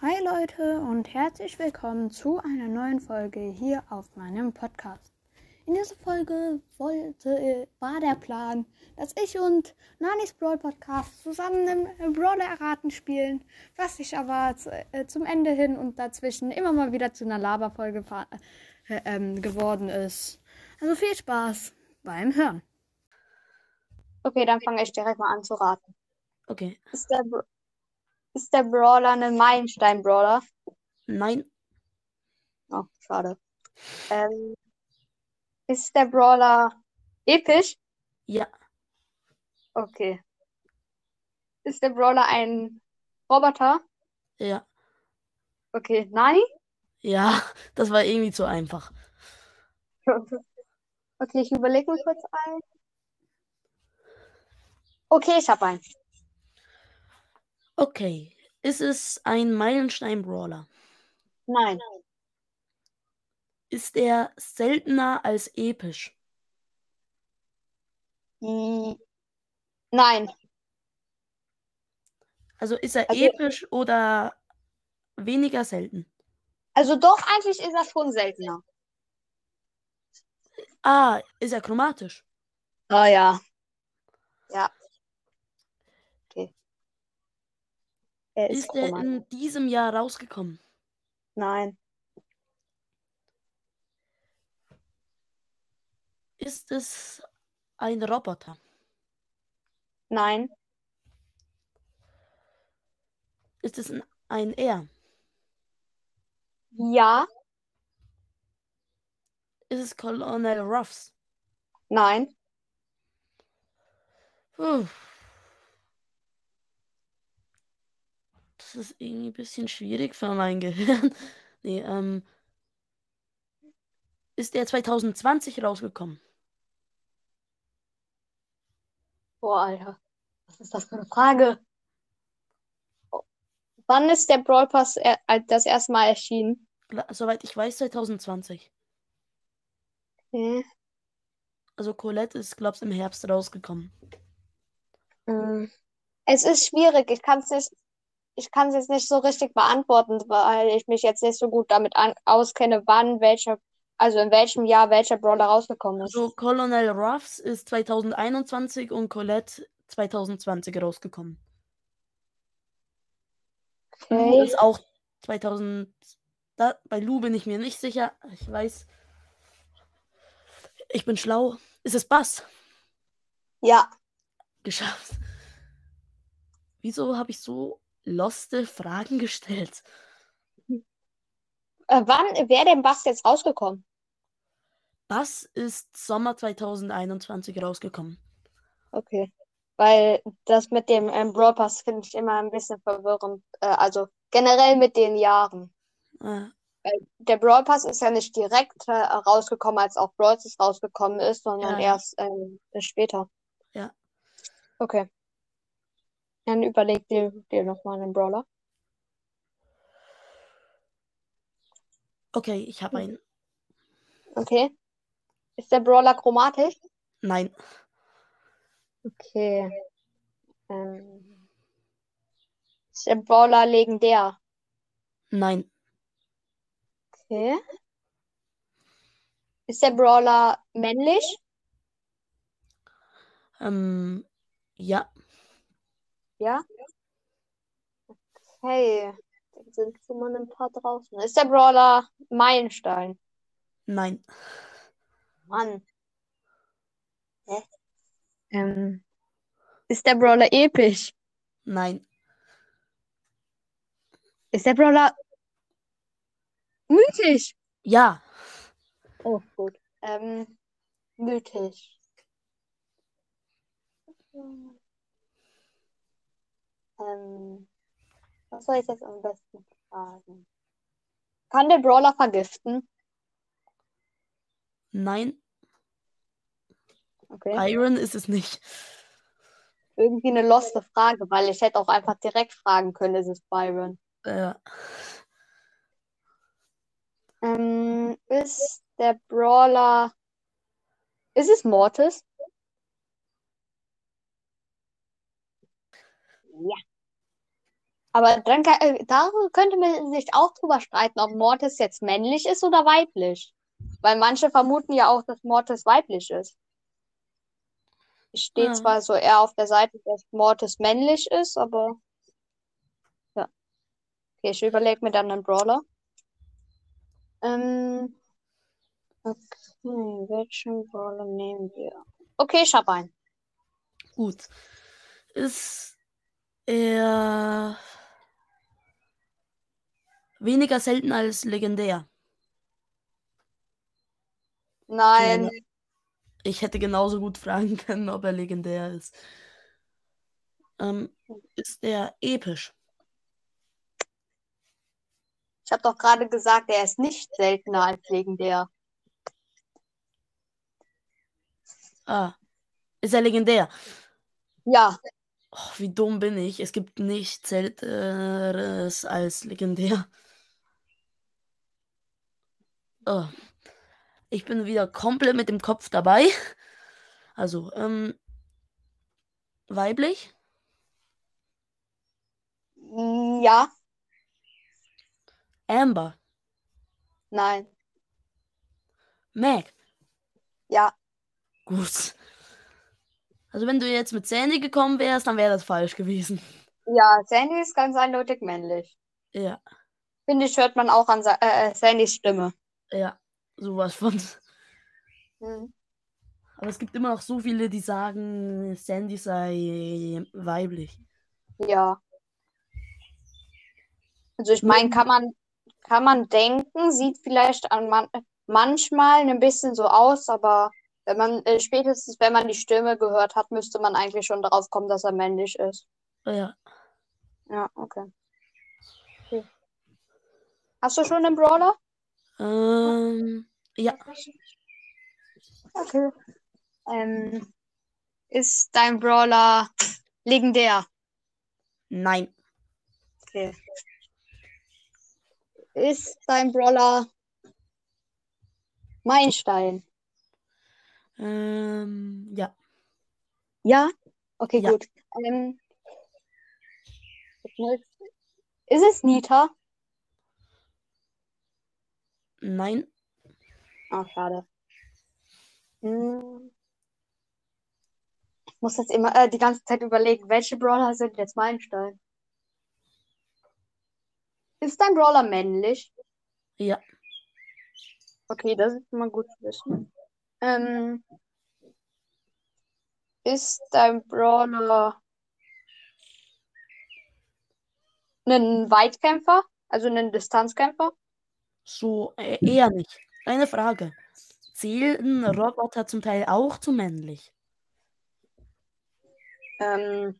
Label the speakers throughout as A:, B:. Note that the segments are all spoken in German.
A: Hi Leute und herzlich willkommen zu einer neuen Folge hier auf meinem Podcast. In dieser Folge wollte, war der Plan, dass ich und Nanis Brawl Podcast zusammen im Brawler erraten spielen, was sich aber z- äh, zum Ende hin und dazwischen immer mal wieder zu einer Laberfolge fa- äh, ähm, geworden ist. Also viel Spaß beim Hören.
B: Okay, dann fange ich direkt mal an zu raten.
C: Okay.
B: Ist der, Br- ist der Brawler ein Meilenstein-Brawler?
C: Nein.
B: Oh, schade. Ähm, ist der Brawler episch?
C: Ja.
B: Okay. Ist der Brawler ein Roboter?
C: Ja.
B: Okay, Nani?
C: Ja. Das war irgendwie zu einfach.
B: Okay, ich überlege mir kurz ein. Okay, ich habe einen.
C: Okay. Ist es ein Meilenstein-Brawler?
B: Nein,
C: Ist er seltener als episch?
B: I- Hm. nein,
C: Also ist er
B: Also-
C: episch oder weniger selten?
B: also doch, eigentlich ist er schon seltener.
C: Ah, ist er chromatisch?
B: Ah ja. Ja. Okay. Er ist,
C: Ist er
B: Roman.
C: in diesem Jahr rausgekommen?
B: Nein.
C: Ist es ein Roboter?
B: Nein.
C: Ist es ein- ein R?
B: Ja.
C: Ist es Colonel Ruffs?
B: Nein.
C: Puh. Das ist irgendwie ein bisschen schwierig für mein Gehirn. Nee, ähm. Ist der 2020 rausgekommen?
B: Boah, Alter. Was ist das für eine Frage? Oh. Wann ist der Brawl Pass er als das erste Mal erschienen?
C: La- Soweit ich weiß, 2020.
B: Hm.
C: Also Colette ist, glaubst im Herbst rausgekommen.
B: Ähm, Es ist schwierig. Ich kann es nicht, ich kann es jetzt nicht so richtig beantworten, weil ich mich jetzt nicht so gut damit an auskenne, wann welcher, also in welchem Jahr welcher Brawler rausgekommen ist.
C: Also Colonel Ruffs ist 2021 und Colette 2020 rausgekommen. Lou
B: Okay.
C: ist auch 2000. Da, bei Lou bin ich mir nicht sicher. Ich weiß. Ich bin schlau. Ist es Bass?
B: Ja.
C: Geschafft. Wieso habe ich so loste Fragen gestellt?
B: Äh, wann wäre denn Bass jetzt rausgekommen?
C: Bass ist Sommer 2021 rausgekommen.
B: Okay. Weil das mit dem ähm, Brawl Pass finde ich immer ein bisschen verwirrend. Äh, also generell mit den Jahren.
C: Äh,
B: Der Brawl Pass ist ja nicht direkt äh, rausgekommen, als auch Brawl Stars rausgekommen ist, sondern
C: Ja, ja.
B: erst ähm, später.
C: Ja.
B: Okay. Dann überleg dir, dir nochmal einen Brawler.
C: okay, ich habe einen.
B: Okay. Ist der Brawler chromatisch?
C: Nein.
B: Okay. Ähm, ist der Brawler legendär?
C: Nein.
B: Okay. Ist der Brawler männlich?
C: Ähm, ja.
B: Hey, dann sind schon mal ein paar draußen. Ist der Brawler Meilenstein?
C: Nein.
B: Mann. Hä? Ähm, ist der Brawler episch?
C: Nein.
B: Ist der Brawler mythisch?
C: Ja.
B: Oh, gut. Ähm, mythisch. Ähm, was soll ich jetzt am besten fragen? Kann der Brawler vergiften?
C: Nein.
B: Okay.
C: Iron ist es nicht.
B: Irgendwie eine loste Frage, weil ich hätte auch einfach direkt fragen können, ist es Byron?
C: Äh,
B: Ähm, ist der Brawler. Ist es Mortis? Ja. Aber dann kann, äh, da könnte man sich auch drüber streiten, ob Mortis jetzt männlich ist oder weiblich. Weil manche vermuten ja auch, dass Mortis weiblich ist. Es steht
C: Ja.
B: zwar so eher auf der Seite, dass Mortis männlich ist, aber. Ja. Okay, ich überlege mir dann einen Brawler. Ähm. Okay, welchen Brawler nehmen wir? Okay, ich hab einen.
C: Gut. Ist er weniger selten als legendär?
B: Nein.
C: Ich hätte genauso gut fragen können, ob er legendär ist. Ähm, ist er episch?
B: Ich habe doch gerade gesagt, er ist nicht seltener als legendär.
C: Ah. Ist er legendär?
B: Ja,
C: Och, wie dumm bin ich. Es gibt nichts Selteneres als legendär. Oh. Ich bin wieder komplett mit dem Kopf dabei. Also, ähm, weiblich?
B: mm, ja,
C: Amber.
B: nein,
C: Mac.
B: ja,
C: Gut. Also, wenn du jetzt mit Sandy gekommen wärst, dann wäre das falsch gewesen.
B: ja. Sandy ist ganz eindeutig männlich.
C: Ja,
B: Finde ich, hört man auch an Sa äh, Sandys Stimme.
C: ja. Sowas von.
B: Hm.
C: Aber es gibt immer noch so viele, die sagen, Sandy sei weiblich.
B: Ja. Also ich meine, kann man, kann man denken, sieht vielleicht an man manchmal ein bisschen so aus, aber wenn man äh, spätestens, wenn man die Stimme gehört hat, müsste man eigentlich schon darauf kommen, dass er männlich ist.
C: Ja.
B: Ja, okay. okay. Hast du schon einen Brawler?
C: Ähm, ja.
B: Okay. Ähm, ist dein Brawler legendär?
C: Nein.
B: Okay. Ist dein Brawler Meilenstein?
C: Ähm, ja.
B: Ja? Okay,
C: Ja.
B: gut. Ähm, ist es Nita?
C: Nein.
B: Ah, schade. Hm. Ich muss jetzt immer äh, die ganze Zeit überlegen, welche Brawler sind jetzt Meilenstein? Ist dein Brawler männlich?
C: Ja.
B: Okay, das ist mal gut zu wissen. Ähm, ist dein Brawler ein Weitkämpfer? Also ein Distanzkämpfer?
C: So, äh, eher nicht. Eine Frage. Zählen Roboter zum Teil auch zu männlich?
B: Ähm,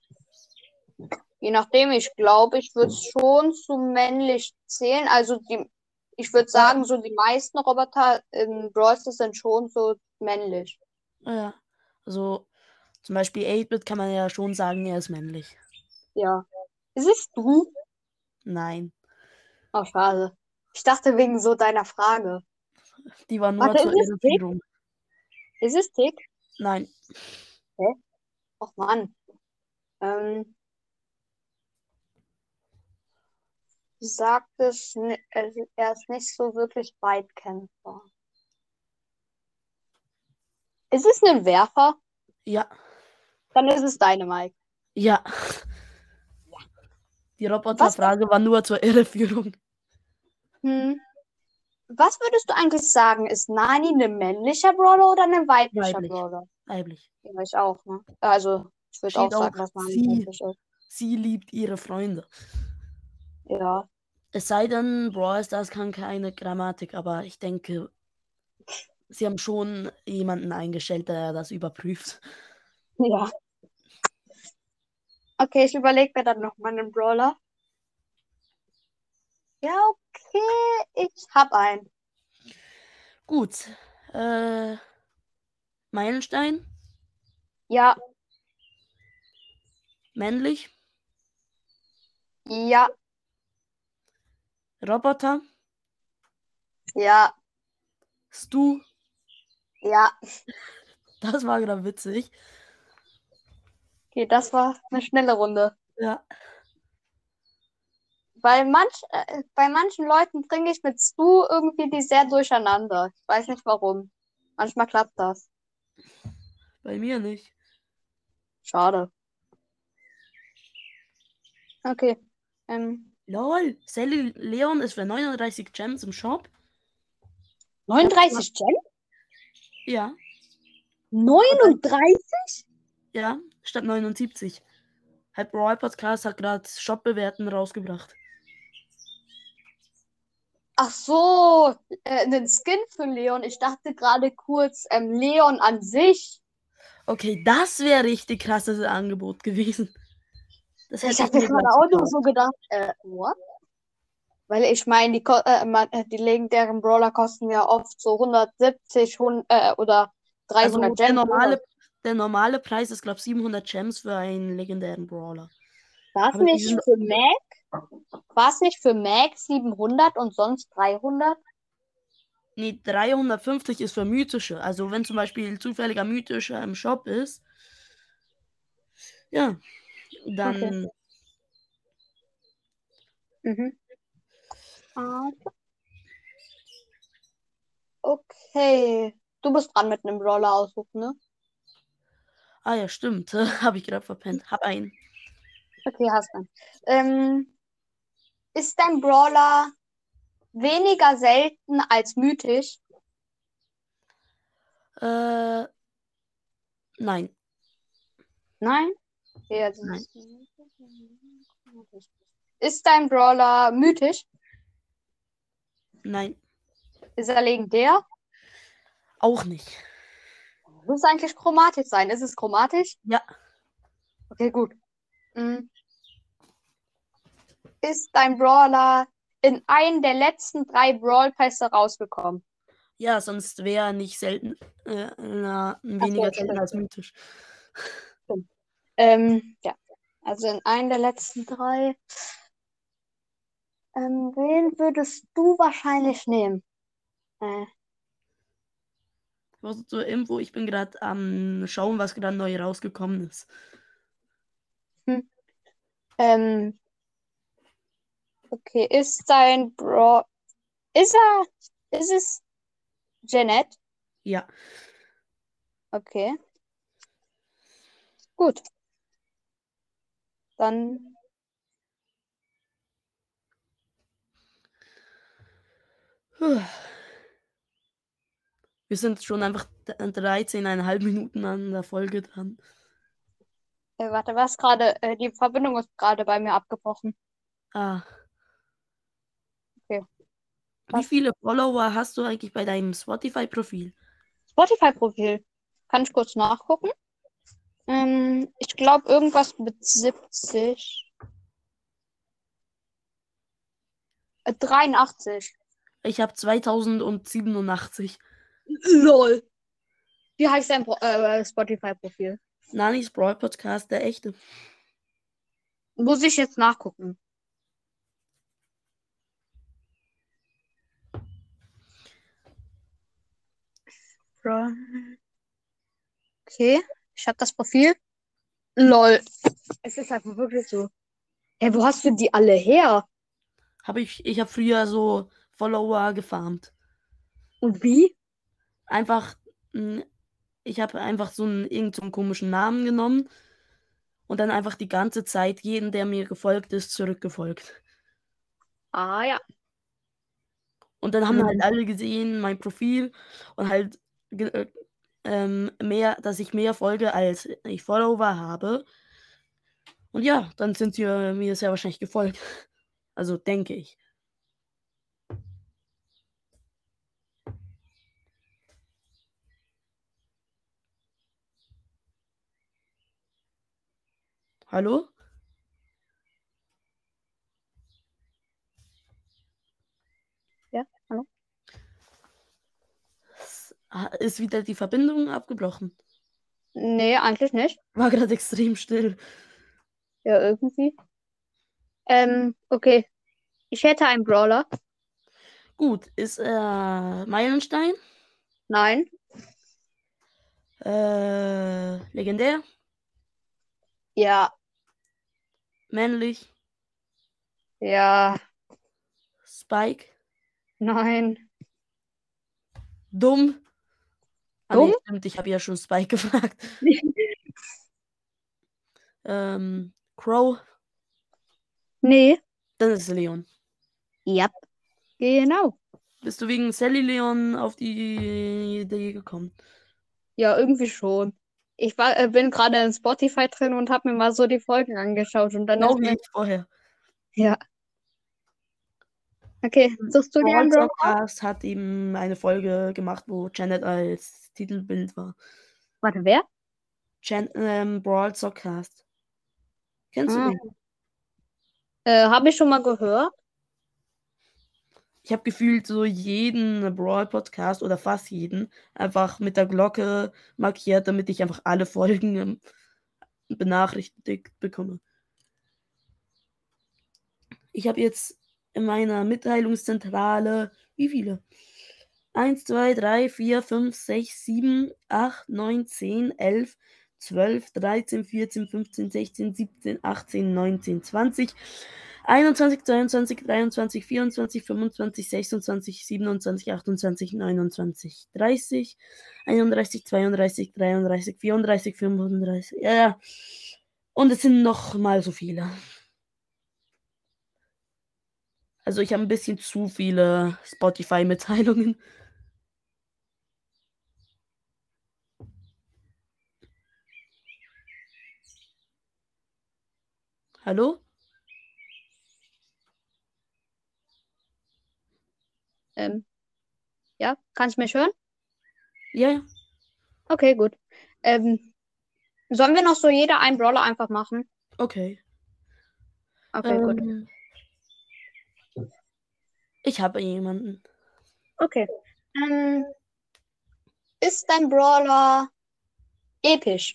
B: je nachdem, ich glaube, ich würde es schon zu männlich zählen. Also die, ich würde sagen, so die meisten Roboter in Brawl Stars sind schon so männlich.
C: Ja. Also, zum Beispiel 8-Bit kann man ja schon sagen, er ist männlich.
B: Ja. Ist es du?
C: Nein.
B: Oh, schade. Ich dachte wegen so deiner Frage.
C: Die war nur
B: Warte,
C: zur
B: ist es Tick?
C: Irritierung.
B: Ist es Tick?
C: Nein.
B: Och Mann. Ähm, du sagtest, ni- er er ist nicht so wirklich Weitkämpfer. Ist es ein Werfer?
C: Ja.
B: Dann ist es deine, Mike.
C: Ja. Die Roboterfrage war nur zur Irreführung.
B: Hm. Was würdest du eigentlich sagen? Ist Nani ein männlicher Brawler oder ein weiblicher
C: Weiblich.
B: Brawler?
C: Weiblich.
B: Ja, ich auch, ne? Also, ich würde
C: Steht
B: auch sagen,
C: auch
B: dass Nani
C: sie.
B: männlich ist.
C: Sie liebt ihre Freunde.
B: Ja.
C: Es sei denn, Brawl Stars kann keine Grammatik, aber ich denke, sie haben schon jemanden eingestellt, der das überprüft.
B: Ja. Okay, ich überlege mir dann noch mal einen Brawler. Ja, okay, ich hab einen.
C: Gut. Äh, Meilenstein,
B: Ja,
C: männlich,
B: ja,
C: Roboter,
B: ja,
C: Stu,
B: ja.
C: das war gerade witzig.
B: Okay, das war eine schnelle Runde.
C: Ja.
B: Weil manch, äh, bei manchen Leuten bringe ich mit Stu irgendwie die sehr durcheinander. Ich weiß nicht warum. Manchmal klappt das.
C: Bei mir nicht.
B: Schade. Okay. Ähm,
C: Lol, Sally Leon ist für 39 Gems im Shop.
B: 39 Gems?
C: Ja,
B: 39?
C: ja, statt 79. Hat Brawl Podcast hat gerade Shop-Bewerten rausgebracht.
B: Ach so, äh, einen Skin für Leon. Ich dachte gerade kurz, ähm, Leon an sich.
C: Okay, das wäre richtig krasses Angebot gewesen. Das
B: Ich
C: hätte
B: habe mir
C: mir
B: gerade
C: gleich
B: auch noch
C: gekauft.
B: so gedacht, äh, what? Weil ich meine, die, Ko äh, man, äh, die legendären Brawler kosten ja oft so 170 hun- äh, oder 300
C: Also der
B: Gems.
C: normale, der normale Preis ist, glaube ich, 700 Gems für einen legendären Brawler.
B: War es
C: aber die
B: nicht
C: sind-
B: für Mac? War es nicht für Mac 700 und sonst 300?
C: Nee, 350 ist für mythische. Also wenn zum Beispiel zufälliger mythischer im Shop ist, ja, dann
B: Okay. Mhm. Ah, Okay. Du bist dran mit einem Brawler aussuchen, ne?
C: Ah ja, stimmt. Habe ich gerade verpennt. Hab einen.
B: Okay, hast du. Ähm, ist dein Brawler weniger selten als mythisch?
C: Äh, nein.
B: Nein? Ja, das
C: Nein.
B: Ist, ist dein Brawler mythisch?
C: Nein.
B: Ist er legendär?
C: Auch nicht.
B: Muss eigentlich chromatisch sein. Ist es chromatisch?
C: Ja.
B: Okay, gut. Mm. Ist dein Brawler in einen der letzten drei Brawl Pässe rausgekommen?
C: Ja, sonst wäre er nicht selten. Äh, na, weniger
B: stimmt.
C: selten als mythisch.
B: Ähm, ja. Also in einen der letzten drei. Ähm, wen würdest du wahrscheinlich nehmen? Äh,
C: Was zur Info, ich bin gerade am Schauen, was gerade neu rausgekommen ist.
B: ähm, okay, ist dein Bro. Ist er. Ist es Jeanette?
C: Ja.
B: Okay. Gut. Dann.
C: Puh. Wir sind schon einfach 13,5 Minuten an der Folge dran.
B: Äh, warte, was gerade? Äh, die Verbindung ist gerade bei mir abgebrochen.
C: Ah.
B: Okay.
C: Wie viele Follower hast du eigentlich bei deinem Spotify-Profil?
B: Spotify-Profil. Kann ich kurz nachgucken? Ähm, ich glaube, irgendwas mit 70. Äh, 83.
C: Ich habe 2087.
B: LOL. Wie heißt dein Pro- äh, Spotify-Profil?
C: Nanis Brawl Podcast, der echte.
B: Muss ich jetzt nachgucken. Bra- Okay, ich habe das Profil. Lol. Es ist einfach wirklich so. Hey, wo hast du die alle her?
C: Hab ich ich habe früher so Follower gefarmt.
B: Und wie?
C: Einfach, mh, ich habe einfach so einen irgend so einen komischen Namen genommen und dann einfach die ganze Zeit jeden, der mir gefolgt ist, zurückgefolgt.
B: Ah ja.
C: Und dann haben
B: Mhm.
C: halt alle gesehen, mein Profil und halt ge- äh, ähm, mehr, dass ich mehr Folge als ich Follower habe. Und ja, dann sind sie äh, mir sehr wahrscheinlich gefolgt. Also denke ich. Hallo?
B: Ja, hallo?
C: Es ha- Ist wieder die Verbindung abgebrochen.
B: Nee, eigentlich nicht.
C: War gerade extrem still.
B: Ja, irgendwie. Ähm, okay. Ich hätte einen Brawler.
C: Gut, ist äh, Meilenstein.
B: Nein.
C: Äh, legendär,
B: Ja,
C: männlich,
B: Ja,
C: Spike.
B: nein.
C: Dumm. Ah,
B: Dumm?
C: Nee, stimmt, ich habe ja schon Spike gefragt. ähm, Crow,
B: Nee.
C: dann ist es Leon.
B: Ja. Genau.
C: Bist du wegen Sally Leon auf die Idee gekommen?
B: Ja, irgendwie schon. Ich war, äh, bin gerade in Spotify drin und habe mir mal so die Folgen angeschaut und dann
C: Genau
B: ist
C: wie
B: mir-
C: ich vorher.
B: Okay, suchst du dir einen Bro?
C: Podcast hat eben eine Folge gemacht, wo Janet als Titelbild war.
B: Warte, wer?
C: Jan ähm, Brawl Sockcast. Kennst
B: Ah.
C: du den?
B: Äh, habe ich schon mal gehört.
C: Ich habe gefühlt so jeden Brawl Podcast oder fast jeden einfach mit der Glocke markiert, damit ich einfach alle Folgen ähm, benachrichtigt bekomme. Ich habe jetzt in meiner Mitteilungszentrale wie viele? 1, 2, 3, 4, 5, 6, 7, 8, 9, 10, 11, 12, 13, 14, 15, 16, 17, 18, 19, 20, 21, 22, 23, 24, 25, 26, 27, 28, 29, 30, 31, 32, 33, 34, 35. Ja, ja. Und es sind noch mal so viele. Also ich habe ein bisschen zu viele Spotify-Mitteilungen. Hallo?
B: Ähm, ja, kannst du mich hören?
C: Ja, ja.
B: Okay, gut. Ähm, sollen wir noch so jeder einen Brawler einfach machen?
C: okay.
B: Okay, gut.
C: Ähm, ich habe jemanden.
B: Okay. Ähm, ist dein Brawler episch?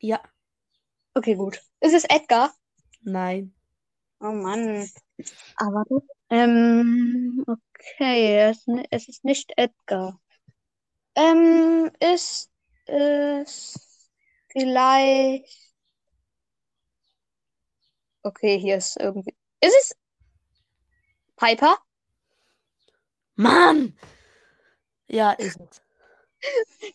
C: Ja,
B: Okay, gut. Ist es Edgar?
C: nein.
B: Oh Mann. Ah, warte. Ähm, okay, es, ni- es ist nicht Edgar. Ähm, ist es vielleicht. Okay, hier ist irgendwie. Ist es Piper?
C: Mann! Ja, ist es.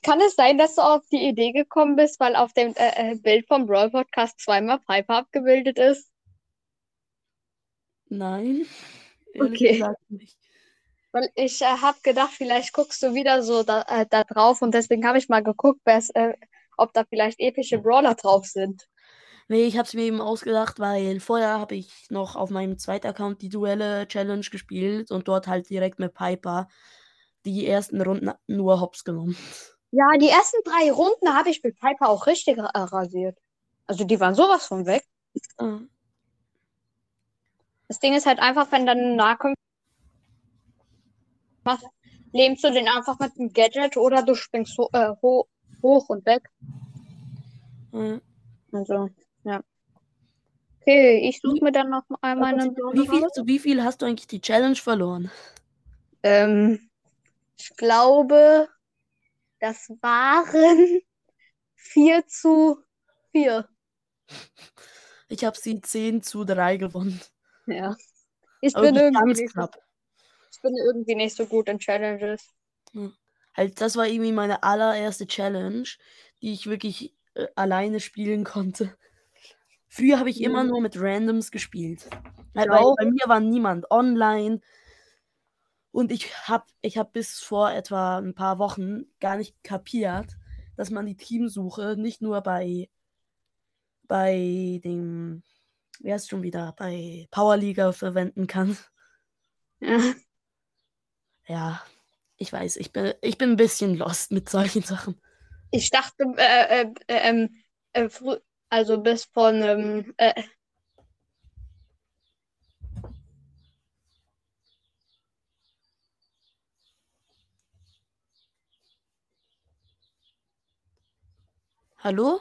B: Kann es sein, dass du auf die Idee gekommen bist, weil auf dem äh, äh, Bild vom Brawl Podcast zweimal Piper abgebildet ist?
C: Nein. Ehrlich
B: Okay.
C: gesagt nicht.
B: Weil ich äh, habe gedacht, vielleicht guckst du wieder so da, äh, da drauf und deswegen habe ich mal geguckt, wer's, äh, ob da vielleicht epische Brawler drauf sind.
C: Nee, ich habe es mir eben ausgedacht, weil vorher habe ich noch auf meinem zweiten Account die Duelle Challenge gespielt und dort halt direkt mit Piper die ersten Runden nur hops genommen.
B: Ja, die ersten drei Runden habe ich mit Piper auch richtig ra- äh, rasiert. Also die waren sowas von weg.
C: Ah,
B: Das Ding ist halt einfach, wenn dann Nahkampf machst, lähmst du den einfach mit dem Gadget oder du springst ho äh, ho hoch und weg.
C: äh,
B: Also, ja. Okay, ich suche mir dann noch einmal einen
C: Wie viel, zu wie viel hast du eigentlich die Challenge verloren?
B: Ähm, ich glaube, das waren 4 zu 4.
C: Ich habe sie 10 zu 3 gewonnen.
B: Ja. Ich
C: Aber
B: bin,
C: nicht
B: irgendwie
C: ganz
B: nicht so,
C: knapp.
B: ich bin irgendwie nicht so gut in Challenges.
C: Halt, das war irgendwie meine allererste Challenge, die ich wirklich äh, alleine spielen konnte. Früher habe ich immer
B: Mhm.
C: nur mit Randoms gespielt. Halt,
B: auch.
C: weil bei mir war niemand online. Und ich habe ich hab bis vor etwa ein paar Wochen gar nicht kapiert, dass man die Teamsuche nicht nur bei, bei dem, wer ist schon wieder, bei Powerliga verwenden kann.
B: Ja.
C: Ja, ich weiß, ich bin, ich bin ein bisschen lost mit solchen Sachen.
B: Ich dachte, äh, äh, äh, ähm, äh, frü- also bis von, ähm, äh,
C: Hallo?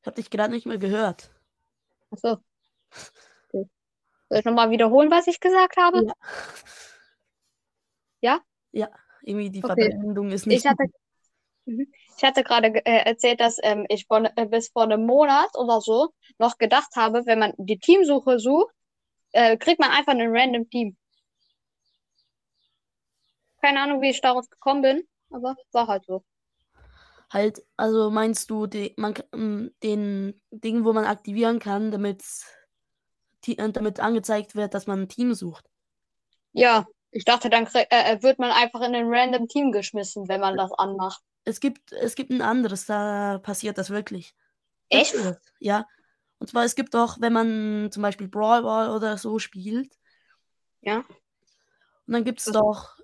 C: Ich habe dich gerade nicht mehr gehört.
B: achso. Okay. Soll ich nochmal wiederholen, was ich gesagt habe?
C: Ja.
B: Ja?
C: Ja, irgendwie die
B: Okay.
C: Verbindung ist
B: Ich
C: nicht.
B: hatte, Ich hatte gerade ge- äh, erzählt, dass ähm, ich vor, ne- äh, bis vor einem Monat oder so noch gedacht habe, wenn man die Teamsuche sucht, äh, kriegt man einfach ein random Team. Keine Ahnung, wie ich darauf gekommen bin, aber war halt so.
C: Halt, also meinst du die, man, k- m, den Ding, wo man aktivieren kann, damit, damit angezeigt wird, dass man ein Team sucht?
B: Ja, ich dachte, dann krieg, äh, äh, wird man einfach in ein random Team geschmissen, wenn man das anmacht.
C: Es gibt, es gibt ein anderes, da passiert das wirklich.
B: Echt?
C: Passiert, Ja. Und zwar, es gibt auch, wenn man zum Beispiel Brawl Ball oder so spielt.
B: Ja.
C: Und dann gibt es
B: Was-
C: doch,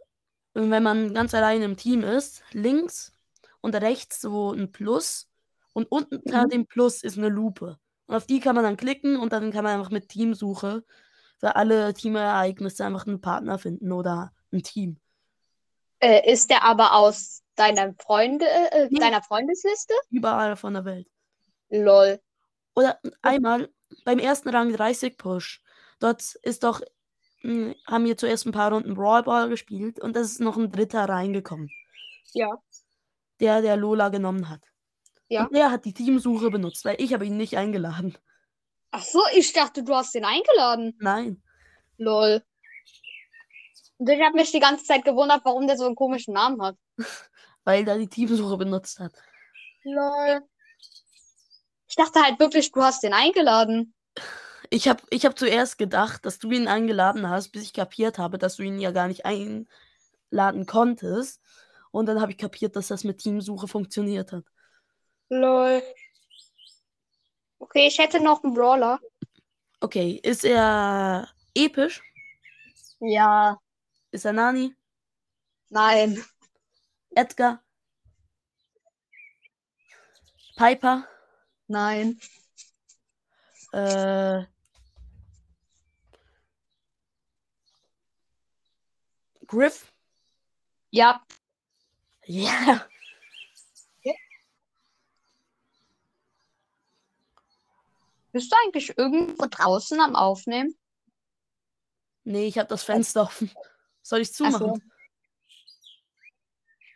C: wenn man ganz allein im Team ist, links und rechts so ein Plus. Und unten unter
B: Mhm.
C: dem Plus ist eine Lupe. Und auf die kann man dann klicken und dann kann man einfach mit Teamsuche für alle Teamereignisse einfach einen Partner finden oder ein Team.
B: Äh, ist der aber aus deiner Freunde, äh,
C: Nee.
B: deiner Freundesliste?
C: Überall von der Welt.
B: Lol.
C: Oder einmal beim ersten Rang 30 Push. Dort ist doch, mh, haben wir zuerst ein paar Runden Brawl Ball gespielt und da ist noch ein Dritter reingekommen.
B: Ja.
C: Der, der Lola genommen hat.
B: Ja.
C: Und der hat die Teamsuche benutzt, weil ich habe ihn nicht eingeladen.
B: Ach so, ich dachte, du hast den eingeladen.
C: Nein.
B: Lol. Und ich habe mich die ganze Zeit gewundert, warum der so einen komischen Namen hat.
C: Weil der die Teamsuche benutzt hat.
B: Lol. Ich dachte halt wirklich, du hast den eingeladen.
C: Ich habe ich hab zuerst gedacht, dass du ihn eingeladen hast, bis ich kapiert habe, dass du ihn ja gar nicht einladen konntest. Und dann habe ich kapiert, dass das mit Teamsuche funktioniert hat.
B: Lol. Okay, ich hätte noch einen Brawler.
C: Okay, ist er episch?
B: Ja.
C: Ist er Nani?
B: Nein.
C: Edgar? Piper?
B: Nein.
C: Äh, Griff?
B: Ja.
C: Ja!
B: Bist du eigentlich irgendwo draußen am Aufnehmen?
C: Nee, ich habe das Fenster offen. Soll ich
B: Also Ach so.
C: zumachen?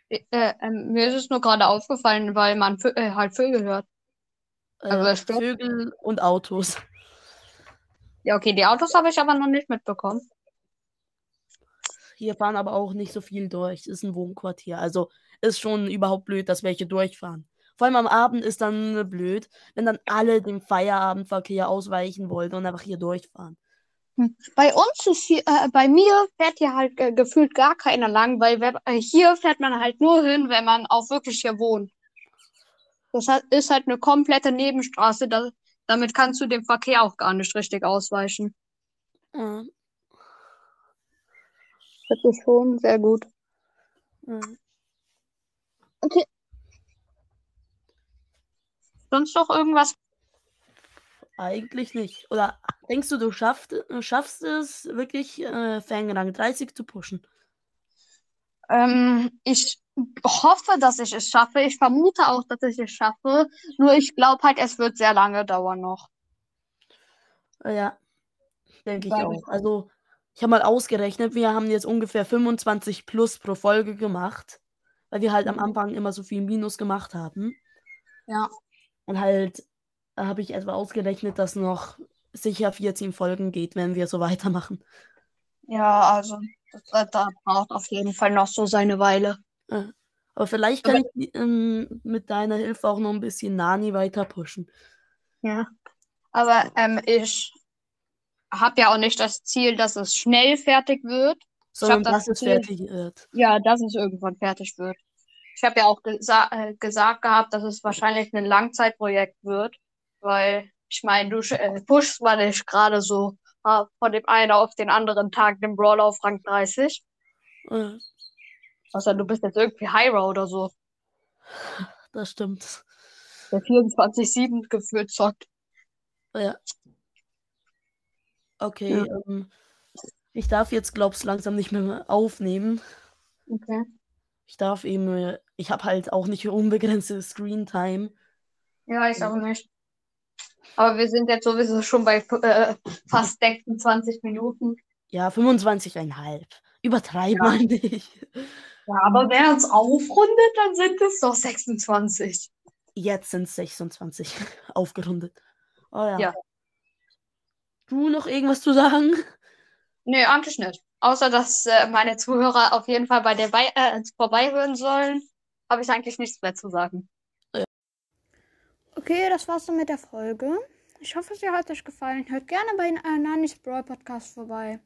B: Äh, ähm, mir ist es nur gerade aufgefallen, weil man Vö äh, halt Vögel hört. Also,
C: äh,
B: es stört-
C: Vögel und Autos.
B: Ja, okay, die Autos habe ich aber noch nicht mitbekommen.
C: Hier fahren aber auch nicht so viel durch. Ist ein Wohnquartier. Also ist schon überhaupt blöd, dass welche durchfahren. Vor allem am Abend ist dann blöd, wenn dann alle dem Feierabendverkehr ausweichen wollten und einfach hier durchfahren.
B: Bei uns ist hier, äh, bei mir fährt hier halt äh, gefühlt gar keiner lang, weil wenn, äh, hier fährt man halt nur hin, wenn man auch wirklich hier wohnt. Das hat, ist halt eine komplette Nebenstraße, da, damit kannst du dem Verkehr auch gar nicht richtig ausweichen.
C: Ja,
B: Das ist schon sehr gut.
C: ja.
B: Sonst noch irgendwas?
C: Eigentlich nicht. Oder denkst du, du schaffst, äh, schaffst es wirklich, äh, Fangrang 30 zu pushen?
B: Ähm, ich hoffe, dass ich es schaffe. Ich vermute auch, dass ich es schaffe. Nur ich glaube halt, es wird sehr lange dauern noch.
C: Äh, Ja, denke ich
B: Weil-
C: auch. Also, ich habe mal ausgerechnet, wir haben jetzt ungefähr 25 plus pro Folge gemacht, weil wir halt am
B: Mhm.
C: Anfang immer so viel Minus gemacht haben.
B: Ja.
C: Und halt äh, habe ich etwa ausgerechnet, dass noch sicher 14 Folgen geht, wenn wir so weitermachen.
B: Ja, also das, da braucht auf jeden Fall noch so seine Weile.
C: Aber vielleicht
B: Aber-
C: kann ich ähm, mit deiner Hilfe auch noch ein bisschen Nani weiter pushen.
B: Ja. Aber ähm, ich habe ja auch nicht das Ziel, dass es schnell fertig wird.
C: Sondern
B: das
C: dass es
B: Gefühl-
C: fertig wird.
B: Ja, dass es irgendwann fertig wird. Ich habe ja auch gesa äh, gesagt gehabt, dass es wahrscheinlich ein Langzeitprojekt wird, weil ich meine, du sch- äh, pushst man nicht gerade so äh, von dem einen auf den anderen Tag den Brawler auf Rang 30.
C: Äh,
B: Außer du bist jetzt irgendwie Hyra oder so,
C: das stimmt.
B: der 24-7 gefühlt zockt.
C: Okay, ähm, ich darf jetzt, glaubst langsam nicht mehr aufnehmen.
B: Okay.
C: Ich darf eben, äh, ich habe halt auch nicht unbegrenzte Screentime.
B: Ja, ich auch nicht. Aber wir sind jetzt sowieso schon bei äh, fast 26 Minuten.
C: Ja, 25,5. Übertreib
B: Ja.
C: mal nicht.
B: Ja, aber wenn man es aufrundet, dann sind es doch 26.
C: Jetzt sind es 26 aufgerundet. Oh ja.
B: Ja.
C: Du noch irgendwas zu sagen?
B: Nee, eigentlich nicht. Außer, dass äh, meine Zuhörer auf jeden Fall bei der Wei äh, vorbeihören sollen, habe ich eigentlich nichts mehr zu sagen.
A: Okay, das war's dann mit der Folge. Ich hoffe, sie hat euch gefallen. Hört gerne bei den Ananis Brawl Podcast vorbei.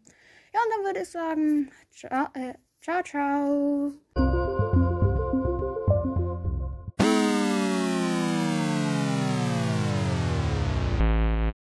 A: Ja, und dann würde ich sagen, ciao, äh, ciao, ciao.